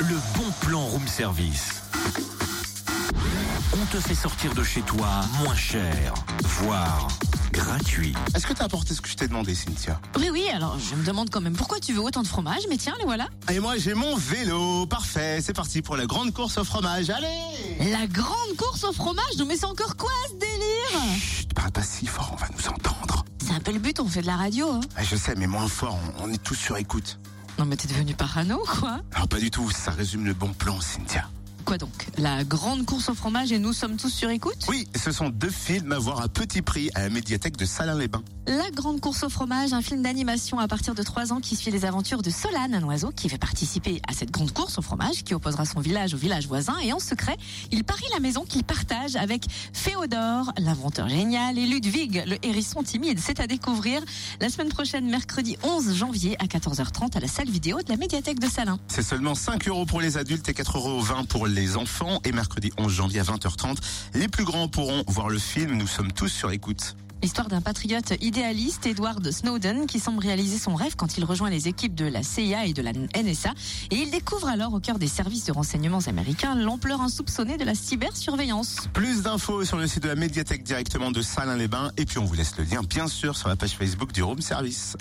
le bon plan room service. On te fait sortir de chez toi moins cher, voire gratuit. Est-ce que t'as apporté ce que je t'ai demandé, Cynthia Oui, oui, alors je me demande quand même pourquoi tu veux autant de fromage, mais tiens, les voilà. Et moi, j'ai mon vélo. Parfait, c'est parti pour la grande course au fromage. Allez La grande course au fromage, nous mais c'est encore quoi ce délire Chut, parle pas si fort, on va nous entendre. C'est un peu le but, on fait de la radio. hein. Ah, je sais, mais moins fort, on, on est tous sur écoute. Non, mais t'es devenu parano, quoi Alors, pas du tout, ça résume le bon plan, Cynthia. Quoi donc La grande course au fromage et nous sommes tous sur écoute Oui, ce sont deux films à voir à petit prix à la médiathèque de Salins-les-Bains. La grande course au fromage, un film d'animation à partir de 3 ans qui suit les aventures de Solane, un oiseau qui va participer à cette grande course au fromage qui opposera son village au village voisin et en secret, il parie la maison qu'il partage avec Féodore, l'inventeur génial, et Ludwig, le hérisson timide. C'est à découvrir la semaine prochaine, mercredi 11 janvier à 14h30 à la salle vidéo de la médiathèque de Salins. C'est seulement 5 euros pour les adultes et 4,20 euros pour les enfants. Et mercredi 11 janvier à 20h30, les plus grands pourront voir le film Nous sommes tous sur écoute. L'histoire d'un patriote idéaliste, Edward Snowden, qui semble réaliser son rêve quand il rejoint les équipes de la CIA et de la NSA. Et il découvre alors au cœur des services de renseignements américains l'ampleur insoupçonnée de la cybersurveillance. Plus d'infos sur le site de la médiathèque directement de Salins-les-Bains. Et puis on vous laisse le lien, bien sûr, sur la page Facebook du Room Service.